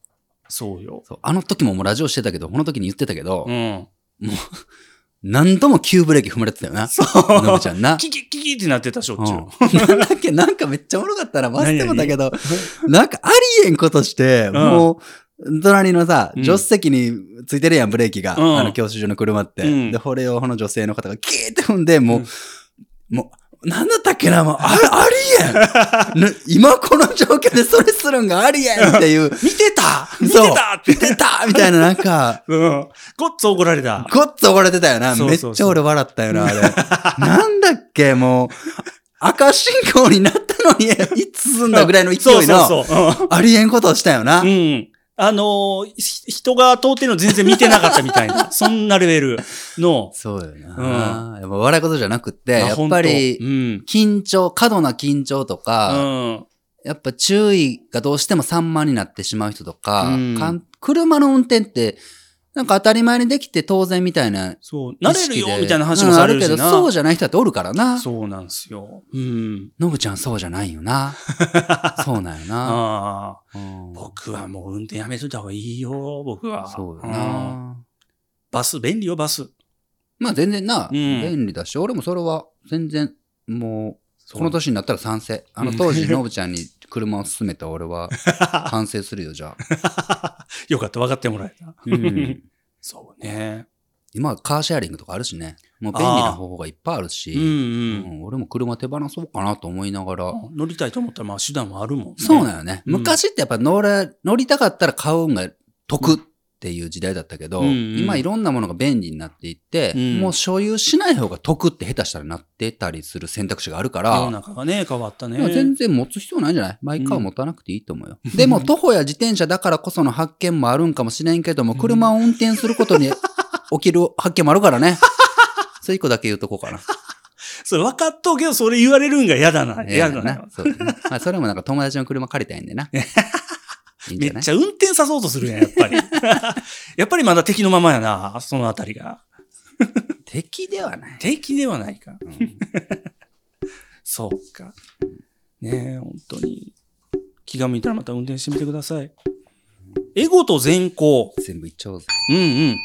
Speaker 3: そうよ。
Speaker 2: そうあの時ももうラジオしてたけど、この時に言ってたけど、
Speaker 3: うん。
Speaker 2: 何度も急ブレーキ踏まれてたよな。そう。のぶちゃんな。
Speaker 3: キキキキってなってたしょっちゅう。
Speaker 2: うん なんだっけ、なんかめっちゃおもろかったな。忘れてもだけど、なんかありえんことして、
Speaker 3: ん
Speaker 2: もう、隣のさ、
Speaker 3: うん
Speaker 2: 助手席についてるやん、ブレーキが。
Speaker 3: うん
Speaker 2: あの、教習所の車って。
Speaker 3: うん
Speaker 2: で、これをこの女性の方がキーって踏んで、もう、
Speaker 3: うん
Speaker 2: もう、なんだったっけな、もう、ああ りえんな今この状況でそれするんがありえんっていう、
Speaker 3: 見てた見て
Speaker 2: そう
Speaker 3: たって。
Speaker 2: 出たみたいな、なんか、
Speaker 3: うん。ごっつ怒られた。
Speaker 2: ごっつ怒られてたよな。
Speaker 3: そう
Speaker 2: め
Speaker 3: そ
Speaker 2: っ
Speaker 3: うそう
Speaker 2: ちゃ俺笑ったよな、あれ。 なんだっけ、もう、赤信号になったのに、いつすんだぐらいの勢い
Speaker 3: そ
Speaker 2: の、
Speaker 3: うそうそう。
Speaker 2: ありえんことをしたよな
Speaker 3: う。ん。うんあのーひ人が通ってるの全然見てなかったみた いな。そんなレベルの。
Speaker 2: そうよな。やっぱ笑い事じゃなくって、
Speaker 3: あ
Speaker 2: やっぱ
Speaker 3: ほ
Speaker 2: り、
Speaker 3: ん
Speaker 2: 緊張、過度な緊張と
Speaker 3: とう
Speaker 2: か、
Speaker 3: ん。うん。
Speaker 2: やっぱ注意がどうしても散漫になってしまう人とか
Speaker 3: うん、
Speaker 2: かん車の運転って、なんか当たり前にできて当然みたいな意
Speaker 3: そう。慣れ
Speaker 2: 識
Speaker 3: る
Speaker 2: で。
Speaker 3: よみたいな話
Speaker 2: う
Speaker 3: も
Speaker 2: ん
Speaker 3: されるし
Speaker 2: あ
Speaker 3: な。
Speaker 2: けど、そうじゃない人だっておるからな。
Speaker 3: そうなんですよ。うん。
Speaker 2: のぶちゃんそうじゃないよ な。そうなんよな。
Speaker 3: あ
Speaker 2: う
Speaker 3: あ。
Speaker 2: ん
Speaker 3: 僕はもう運転やめといた方がいいよ、僕は。
Speaker 2: そうよな。
Speaker 3: バス、便利よ、バス。
Speaker 2: まあ全然な、
Speaker 3: ん
Speaker 2: 便利だし、俺もそれは全然、もう、
Speaker 3: そう
Speaker 2: この年になったら賛成。あの当時、ノブちゃんに車を勧めた俺 は、賛成するよ、じゃあ。
Speaker 3: よかった、分かってもらえた。
Speaker 2: うん
Speaker 3: そうね。
Speaker 2: 今はカーシェアリングとかあるしね。もう便利な方法がいっぱいある
Speaker 3: うん
Speaker 2: し、
Speaker 3: うん。
Speaker 2: うん俺も車手放そうかなと思いながら。
Speaker 3: 乗りたいと思ったら、まあ手段はあるもんね。
Speaker 2: そうなのね。
Speaker 3: うん
Speaker 2: 昔ってやっぱ乗れ、乗りたかったら買うんが得っていう時代だったけど、
Speaker 3: うんうん
Speaker 2: 今いろんなものが便利になっていって、
Speaker 3: うん
Speaker 2: もう所有しない方が得って下手したらなってたりする選択肢があるか
Speaker 3: 世
Speaker 2: ら、
Speaker 3: の中がね、変わったね。
Speaker 2: まあ全然持つ必要ないんじゃないマイカーは持たなくていいと思うよ。でも徒歩や自転車だからこその発見もあるんかもしれんけども、車を運転すること に起きる発見もあるからね。そういう個だけ言うとこうか な。
Speaker 3: それ分かっとうけど、それ言われるんが嫌だな。嫌だ
Speaker 2: だ
Speaker 3: な。。
Speaker 2: そうだねまあそれもなんか友達の車借りたいんで な。いいん
Speaker 3: め
Speaker 2: じゃな
Speaker 3: っ
Speaker 2: い
Speaker 3: ちゃ運転さそうとするやん、やっぱり。やっぱりまだ敵のままやな、そのあたりが。
Speaker 2: 敵ではない。
Speaker 3: 敵ではないか。
Speaker 2: うん
Speaker 3: そうか。ねえ、本当に。気が向いたらまた運転してみてください。エゴと善行。
Speaker 2: 全部いっちゃおうぜ。
Speaker 3: うんうん。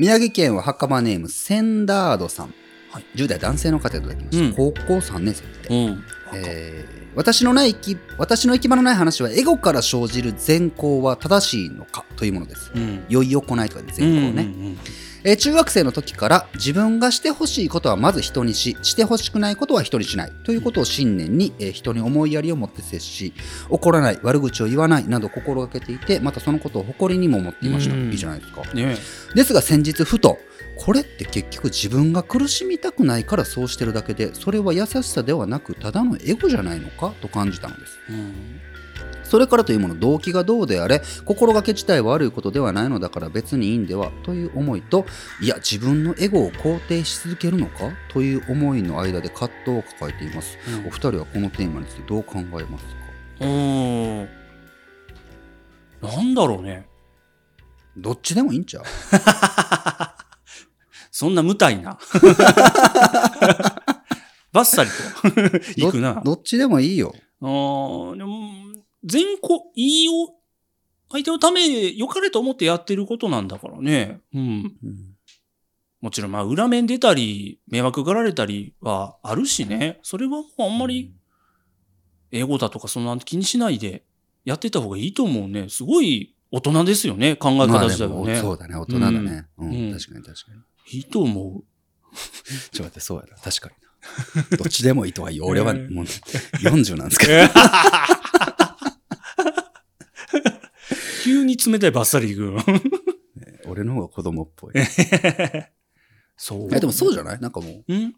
Speaker 2: 宮城県は墓場ネーム、センダードさん。
Speaker 3: はい
Speaker 2: 10代男性の方いただきました。
Speaker 3: う
Speaker 2: 高
Speaker 3: ん
Speaker 2: 校3年生って。
Speaker 3: うん。
Speaker 2: えー私のない行き私の行き場のない話はエゴから生じる善行は正しいのかというものです。
Speaker 3: うん。
Speaker 2: 良い行いとかで善行ね、
Speaker 3: うん
Speaker 2: えー中学生の時から自分がしてほしいことはまず人にししてほしくないことは人にしないということを信念に、えー人に思いやりを持って接し怒らない悪口を言わないなど心がけていてまたそのことを誇りにも思っていました、
Speaker 3: うん
Speaker 2: いいじゃないですか
Speaker 3: うんね
Speaker 2: ですが先日ふとこれって結局自分が苦しみたくないからそうしてるだけでそれは優しさではなくただのエゴじゃないのかと感じたのです
Speaker 3: え。うん。
Speaker 2: それからというもの動機がどうであれ心がけ自体は悪いことではないのだから別にいいんではという思いといや自分のエゴを肯定し続けるのかという思いの間で葛藤を抱えていますお二人はこのテーマについてどう考えますか
Speaker 3: うん。なんだろうね。
Speaker 2: どっちでもいいんちゃう
Speaker 3: そんな無体な。 バッサリと 行くな。あ
Speaker 2: どどっちでもいいよ
Speaker 3: ーでも、全個、いいよ。相手のため、良かれと思ってやってることなんだからね。うん。
Speaker 2: うん
Speaker 3: もちろん、まあ、裏面出たり、迷惑がられたりはあるしね。それはもうあんまり、英語だとかそんな気にしないで、やってた方がいいと思うね。すごい大人ですよね。考え
Speaker 2: まあ
Speaker 3: 方
Speaker 2: で
Speaker 3: 自体は
Speaker 2: も
Speaker 3: ね。
Speaker 2: そうだね大人だね、うん
Speaker 3: うん
Speaker 2: 確かに確かに
Speaker 3: いいと思う。
Speaker 2: ちょっと待って、そうやな。確かにな。どっちでもいいとは言う。俺は
Speaker 3: えー
Speaker 2: もう40なんですけど。
Speaker 3: 急に冷たいバッサリ行く。
Speaker 2: 俺の方が子供っぽい。
Speaker 3: そう。
Speaker 2: えでもそうじゃないなんかもう、
Speaker 3: うん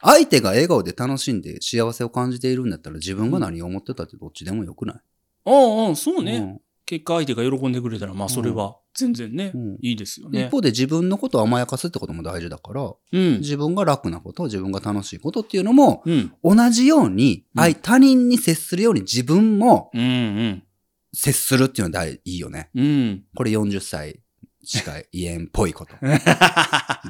Speaker 2: 相手が笑顔で楽しんで幸せを感じているんだったら自分が何を思ってたってどっちでもよくない、
Speaker 3: ああああ、そうね。
Speaker 2: うん
Speaker 3: 結果相手が喜んでくれたら、まあそれは全然ね、
Speaker 2: うん
Speaker 3: いいですよ
Speaker 2: 一
Speaker 3: ね。
Speaker 2: 方で自分のことを甘やかすってことも大事だから、
Speaker 3: うん。
Speaker 2: 自分が楽なこと、自分が楽しいことっていうのも、
Speaker 3: うん。
Speaker 2: 同じように、
Speaker 3: うん
Speaker 2: 相他人に接するように自分も
Speaker 3: うんうん。
Speaker 2: 接するっていうのは大いいよね。
Speaker 3: うん。
Speaker 2: これ40歳しか言えんっぽいこと。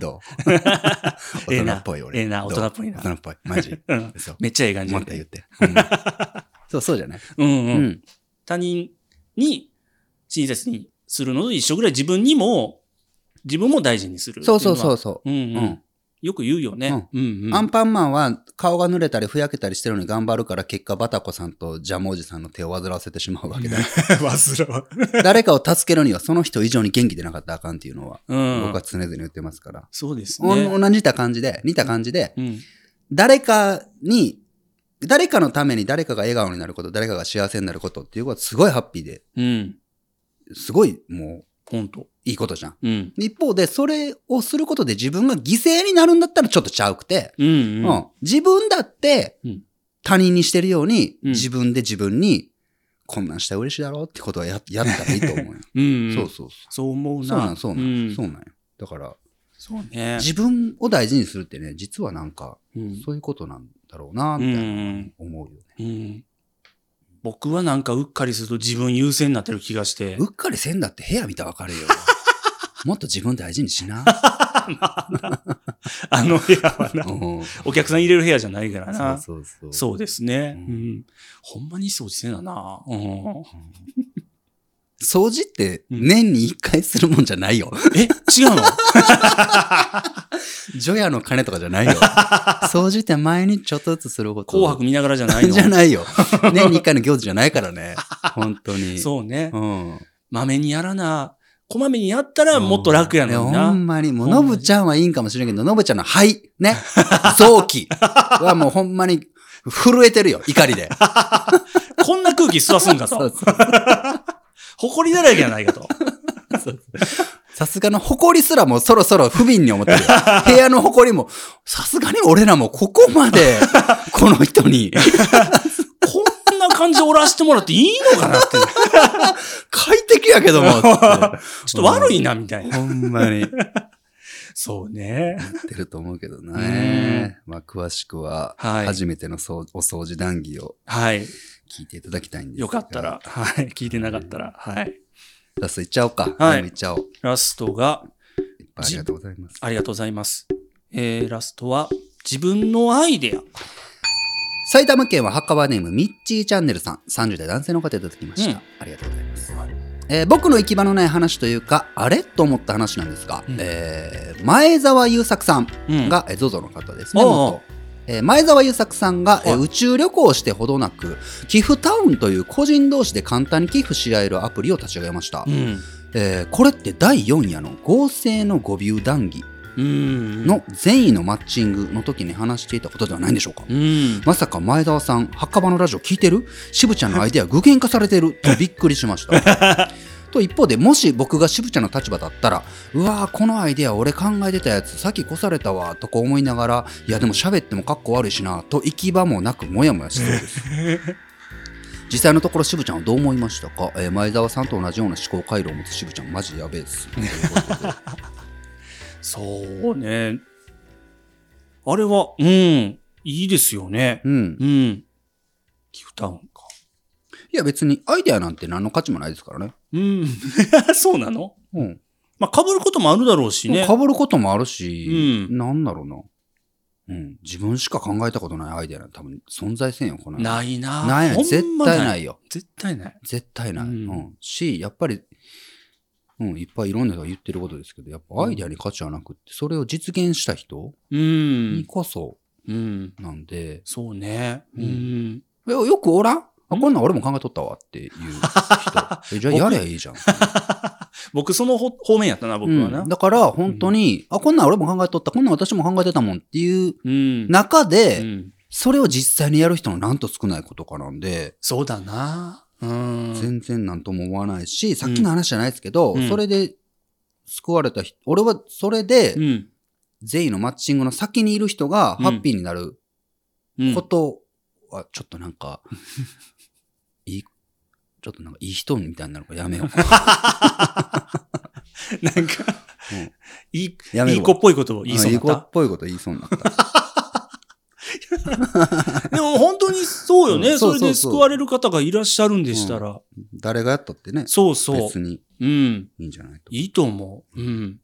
Speaker 2: どう
Speaker 3: ええ
Speaker 2: 大人
Speaker 3: な
Speaker 2: っぽい俺。
Speaker 3: ええな、大
Speaker 2: どう
Speaker 3: 人っぽ
Speaker 2: 大
Speaker 3: いな。
Speaker 2: 人っぽい。マジ。
Speaker 3: うん
Speaker 2: そう。
Speaker 3: めっちゃええ感じ
Speaker 2: もっと言って。ほんまそう、そうじゃない。
Speaker 3: うん
Speaker 2: う
Speaker 3: うん。
Speaker 2: ん。
Speaker 3: 他人に親切にするのと一緒ぐらい自分にも、自分も大事にする。。
Speaker 2: そうそうそううそ
Speaker 3: うん
Speaker 2: う。
Speaker 3: う
Speaker 2: うんん。。
Speaker 3: よく言うよね。うんうん。
Speaker 2: アンパンマンは顔が濡れたりふやけたりしてるのに頑張るから結果バタコさんとジャムおじさんの手を煩わせてしまうわけだ。
Speaker 3: 忘れは。
Speaker 2: 誰かを助けるにはその人以上に元気でなかったらあかんっていうのは
Speaker 3: うん
Speaker 2: 僕は。常々言ってますから。
Speaker 3: そうです
Speaker 2: お
Speaker 3: ね。
Speaker 2: 同じた感じで、似た感じで、
Speaker 3: うん。
Speaker 2: 誰かに、誰かのために誰かが笑顔になること、誰かが幸せになることっていうことはすごいハッピーで、
Speaker 3: うん。
Speaker 2: すごいもう
Speaker 3: 本当。
Speaker 2: いいことじゃん。
Speaker 3: うん。
Speaker 2: 一方で、それをすることで自分が犠牲になるんだったらちょっとちゃうくて、
Speaker 3: うん
Speaker 2: う
Speaker 3: うんん。
Speaker 2: 自分だって
Speaker 3: うん
Speaker 2: 他人にしてるように、
Speaker 3: うん
Speaker 2: 自分で自分に、こんなんしたら嬉しいだろうってことはややったらいいと思うよ。
Speaker 3: うん。
Speaker 2: そうそうそ
Speaker 3: そう思う
Speaker 2: う。
Speaker 3: な。
Speaker 2: そうなん、そうなん、
Speaker 3: ん
Speaker 2: そうなんよ。だから、
Speaker 3: そうね。
Speaker 2: 自分を大事にするってね、実はなんか、
Speaker 3: うん
Speaker 2: そういうことなんだろうな、
Speaker 3: う。
Speaker 2: みたいなん思うよね。
Speaker 3: うん。僕はなんかうっかりすると自分優先になってる気がして。
Speaker 2: うっかりせんだって部屋見たらわかる よ。もっと自分大事にしな。
Speaker 3: あの部屋はな
Speaker 2: う。ん
Speaker 3: お客さん入れる部屋じゃないからな。そう
Speaker 2: そうそう
Speaker 3: ですね、う
Speaker 2: うん
Speaker 3: んほんまに掃除せなな。うん、
Speaker 2: 掃除って年に一回するもんじゃないよ。
Speaker 3: え違うの
Speaker 2: 除夜の鐘とかじゃ ないよ。掃除って毎日ちょっとずつすること。
Speaker 3: 紅白見ながらじゃないの
Speaker 2: じゃないよ。 年に一回の行事じゃないからね。本当に。
Speaker 3: そうね。
Speaker 2: うん。
Speaker 3: まめにやらな。こまめにやったらもっと楽や
Speaker 2: いや、
Speaker 3: のに
Speaker 2: ほ
Speaker 3: な。
Speaker 2: んまに、もう、
Speaker 3: ほん
Speaker 2: の
Speaker 3: まに
Speaker 2: ぶちゃんはいいんかもしれんけど、のぶちゃんの肺、 ね。臓器はもうほんまに震えてるよ、怒り で。
Speaker 3: こんな空気吸わすんか
Speaker 2: そう
Speaker 3: と。
Speaker 2: そう
Speaker 3: 誇りだらけやないかと。
Speaker 2: さすがの誇りすらもうそろそろ不憫に思っ てるよ。部屋の誇りも、さすがに俺らもここま で、この人に、
Speaker 3: こんな感じでおらしてもらっていいのかなって。
Speaker 2: 快適やけ ども、つって
Speaker 3: ちょっと悪いな、みたいな。
Speaker 2: ほんまに。
Speaker 3: そうね。
Speaker 2: ってると思うけどね。まあ、詳しくは、
Speaker 3: はい
Speaker 2: 初めてのそうお掃除談義を
Speaker 3: はい。
Speaker 2: 聞いていただきたいんですが
Speaker 3: よかった。ら、はい。聞いてなかったら、はい。
Speaker 2: ラストいっちゃおうか。
Speaker 3: はい
Speaker 2: い。いっちゃおう。
Speaker 3: ラストが、
Speaker 2: いっぱいありがとうございます。
Speaker 3: ありがとうございます。えー、ラストは、自分のアイデア。
Speaker 2: 埼玉県は墓場ネームミッチーチャンネルさん。30代男性の方いただきました。
Speaker 3: うん
Speaker 2: ありがとうございます。えー僕の行き場のない話というか、あれと思った話なんですが、
Speaker 3: うん
Speaker 2: えー前澤友作さん
Speaker 3: うん。
Speaker 2: が、えー ZOZO の方ですね。
Speaker 3: おうおう
Speaker 2: 元えー前澤友作さんが、えー
Speaker 3: はい
Speaker 2: 宇宙旅行をしてほどなく、寄付タウンという個人同士で簡単に寄付し合えるアプリを立ち上げました。
Speaker 3: うん。
Speaker 2: えーこれって第4夜の合成の誤謬談義
Speaker 3: うん。
Speaker 2: の善意のマッチングの時に話していたことではないんでしょうか、
Speaker 3: うん。
Speaker 2: まさか前澤さん、墓場のラジオ聞いてる渋ちゃんのアイデア具現化されてるとびっくりしました。 と一方で、もし僕が渋ちゃんの立場だったら、うわー、このアイデア俺考えてたやつ、さっき越されたわ、とか思いながら、いやでも喋ってもかっこ悪いしな、と行き場もなくもやもやしそうです。実際のところ渋ちゃんはどう思いましたか、えー前澤さんと同じような思考回路を持つ渋ちゃん、マジやべえっす。ということで
Speaker 3: そうね。あれは、うん。いいですよね。
Speaker 2: うん。
Speaker 3: うん。ギフタウンか。
Speaker 2: いや別にアイデアなんて何の価値もないですからね。
Speaker 3: うん。 そうなの
Speaker 2: うん。
Speaker 3: まあ、被ることもあるだろうしね。
Speaker 2: かぶることもあるし、
Speaker 3: う
Speaker 2: なんだろうな、うん。自分しか考えたことないアイデアなんて多分存在せんよ、この世
Speaker 3: ないな。
Speaker 2: ないな
Speaker 3: ほ
Speaker 2: い
Speaker 3: ん
Speaker 2: 絶
Speaker 3: ま
Speaker 2: 対ないよ。
Speaker 3: 絶対ない。
Speaker 2: 絶対ない、
Speaker 3: う
Speaker 2: うんんし、やっぱり、うん、いっぱいいろんな人が言ってることですけど、やっぱアイデアに価値はなくって、それを実現した人
Speaker 3: う
Speaker 2: に
Speaker 3: ん。
Speaker 2: こそ
Speaker 3: うん。
Speaker 2: なんで、
Speaker 3: そうね。う
Speaker 2: うん
Speaker 3: ん。
Speaker 2: えよくおらんあこんなん俺も考えとったわっていう 人。えじゃあやりゃいいじゃん。
Speaker 3: 僕、その方方面やったな、僕はな
Speaker 2: うん。だから本当に、あ、こんなん俺も考えとった、こんなん私も考えてたもんっていう
Speaker 3: うん。
Speaker 2: 中で、
Speaker 3: うん
Speaker 2: それを実際にやる人のなんと少ないことかなんで、
Speaker 3: そうだな。うん。
Speaker 2: 全然なんとも思わないし、さっきの話じゃないですけど、
Speaker 3: うん
Speaker 2: それで救われた人、俺はそれで
Speaker 3: う、ん。
Speaker 2: 善意のマッチングの先にいる人が
Speaker 3: うん
Speaker 2: ハッピーになる
Speaker 3: うん
Speaker 2: ことは、ちょっとなんか、いい、ちょっとなんかいい人みたいになるからやめよう。
Speaker 3: なんか、
Speaker 2: うん
Speaker 3: いい、
Speaker 2: やめ
Speaker 3: い
Speaker 2: るわ
Speaker 3: い子っぽいことを言いそう
Speaker 2: い
Speaker 3: に
Speaker 2: い子
Speaker 3: な
Speaker 2: っ
Speaker 3: っ
Speaker 2: ぽいこと言いそうになった。
Speaker 3: た。でも本当にそうよ
Speaker 2: う
Speaker 3: ね。
Speaker 2: んそ
Speaker 3: そう
Speaker 2: そ
Speaker 3: れ
Speaker 2: うそう
Speaker 3: で救われる方がいらっしゃるんでしたら。
Speaker 2: 誰がやったってね、
Speaker 3: そうそう
Speaker 2: 別。に
Speaker 3: うん。
Speaker 2: いいんじゃないと。
Speaker 3: いいと思う。うん。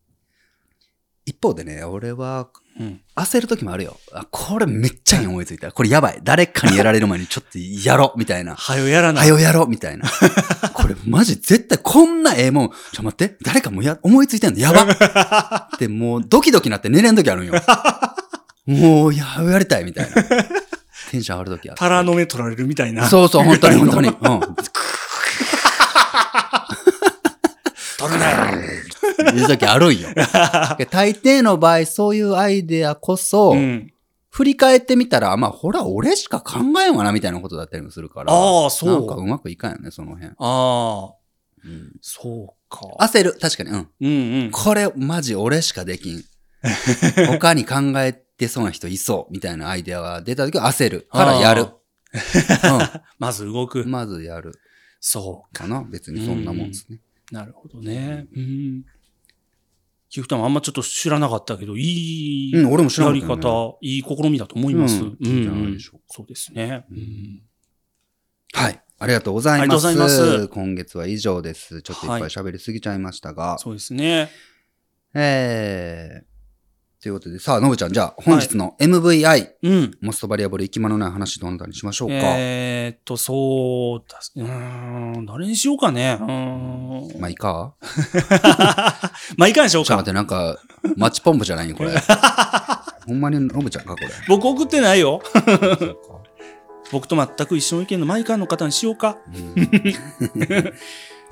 Speaker 2: 一方でね、俺は
Speaker 3: うん。
Speaker 2: 焦る時もあるよ。あ、これめっちゃいい思いついた。これやばい。誰かにやられる前にちょっとやろうみたいな。
Speaker 3: はよやらな。
Speaker 2: はいよやろうみたい な。これマジ絶対こんなええもん。ちょ待って。誰かもや、思いついてんのやば ってもうドキドキなって寝れん時あるんよ。もうや、やりたいみたいな。 テンション上がる時ある。
Speaker 3: タラの目取られるみたいな。
Speaker 2: そうそう、本当に本当 に。うん。
Speaker 3: 取るなよ。
Speaker 2: いう時ある んよ。で大抵の場合、そういうアイデアこそ、
Speaker 3: うん。
Speaker 2: 振り返ってみたら、まあ、ほら、俺しか考えんわな、みたいなことだったりもするから。
Speaker 3: ああ、そ
Speaker 2: なんかう
Speaker 3: う。
Speaker 2: まくいかんよね、その辺。
Speaker 3: ああ、
Speaker 2: うん、
Speaker 3: そうか。
Speaker 2: 焦る。確かに。うん。
Speaker 3: うんうん。
Speaker 2: これ、マジ俺しかでき ん。他に考えてそうな人いそう、みたいなアイデアが出た時は焦る。からやる。
Speaker 3: まず動く
Speaker 2: うん。。まずやる。
Speaker 3: そ
Speaker 2: かな。別にそんなもんですね。
Speaker 3: う。なるほどね。うん。キフタもあんまちょっと知らなかったけど、いい。
Speaker 2: うん、俺も知ら
Speaker 3: や
Speaker 2: な
Speaker 3: り
Speaker 2: かったね、
Speaker 3: 方、いい試みだと思います。
Speaker 2: う
Speaker 3: うん
Speaker 2: ん。いいんじゃないでしょうか
Speaker 3: そうですね。うん。
Speaker 2: はい。ありがとうございます。
Speaker 3: ありがとうございます
Speaker 2: 今月は以上です。ちょっといっぱい喋りすぎちゃいましたが。
Speaker 3: そうですね。
Speaker 2: えーということで、さあ、のぶちゃん、じゃあ、本日の MVI、
Speaker 3: うん。
Speaker 2: モストバリアブル、生き間のない話、どなたにしましょうか。
Speaker 3: えーっと、そうだ、うーん、誰にしようかね。うー ん。
Speaker 2: まあ、いいか
Speaker 3: まあ、いかんでしょう
Speaker 2: ちょっと待っ。て、
Speaker 3: か
Speaker 2: なんか、マッチポンプじゃないよ、これ。 ほんまにのぶちゃんか、これ。
Speaker 3: 僕送ってないよ。
Speaker 2: そうか
Speaker 3: 僕と全く一緒の意見のマイカーの方にしようか。
Speaker 2: じゃ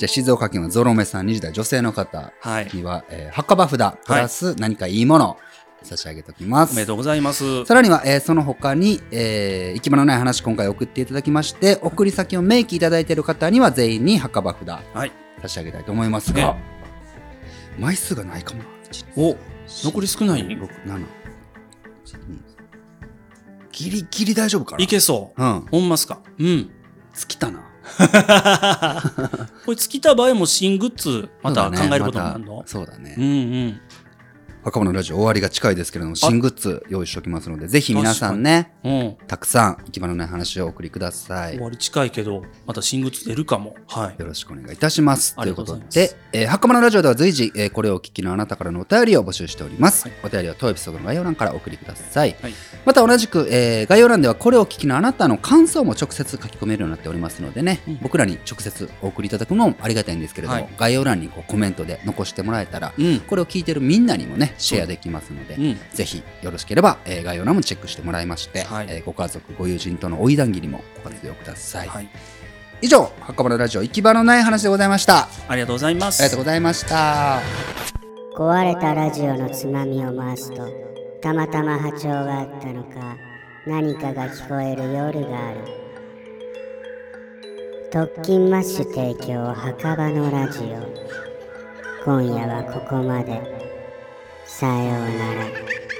Speaker 2: あ、静岡県はゾロ目さん、20代女性の方
Speaker 3: はい。
Speaker 2: には、えー、墓場札、プラス何かいいもの、差し上げておきま。
Speaker 3: おめですとうございます。
Speaker 2: さらには、えーその他に、えー、行き場のない話、今回送っていただきまして、送り先を明記いただいている方には、全員に墓場札、
Speaker 3: はい
Speaker 2: 差し上げたいと思いますが、枚数がないかもな。
Speaker 3: お、残り少ない
Speaker 2: 6、7。ギリギリ大丈夫かない
Speaker 3: けそう。
Speaker 2: うん。
Speaker 3: ほんますか。うん。
Speaker 2: 尽きたな。
Speaker 3: これ、尽きた場合も新グッズ、また考えることになるの、
Speaker 2: そうだね
Speaker 3: う。んうん。
Speaker 2: 若者ラジオ終わりが近いですけれども、新グッズ用意しておきますので、ぜひ皆さんね、
Speaker 3: うん、
Speaker 2: たくさん行き場のない話をお送りください。
Speaker 3: 終
Speaker 2: よ
Speaker 3: わり近いけど、また新グッズ出るかも。はい。
Speaker 2: ろしくお願いいたします。
Speaker 3: あ
Speaker 2: という
Speaker 3: りがと
Speaker 2: こ
Speaker 3: うご
Speaker 2: と
Speaker 3: ざいます
Speaker 2: で、えー、はかまのラジオでは随時、えーこれをお聞きのあなたからのお便りを募集しております。お便りは当エピソードの概要欄からお送りください。
Speaker 3: はい
Speaker 2: また同じく、えー概要欄ではこれをお聞きのあなたの感想も直接書き込めるようになっておりますのでね、
Speaker 3: うん
Speaker 2: 僕らに直接お送りいただくのもありがたいんですけれども、
Speaker 3: はい
Speaker 2: 概要欄にこうコメントで残してもらえたら、
Speaker 3: うん。
Speaker 2: これを聞いてるみんなにもね、シェアできますので
Speaker 3: う、ん。
Speaker 2: ぜひよろしければ、えー概要欄もチェックしてもらいまして、
Speaker 3: はい
Speaker 2: えーご家族、ご友人とのおい談義にもご活用ください。
Speaker 3: はい。
Speaker 2: 以上、墓場のラジオ行き場のない話でございました。あ
Speaker 3: ありがとうございます。
Speaker 2: りがとうございました。
Speaker 1: 壊れたラジオのつまみを回すとたまたま波長があったのか何かが聞こえる夜がある特勤マッシュ提供墓場のラジオ今夜はここまでさようなら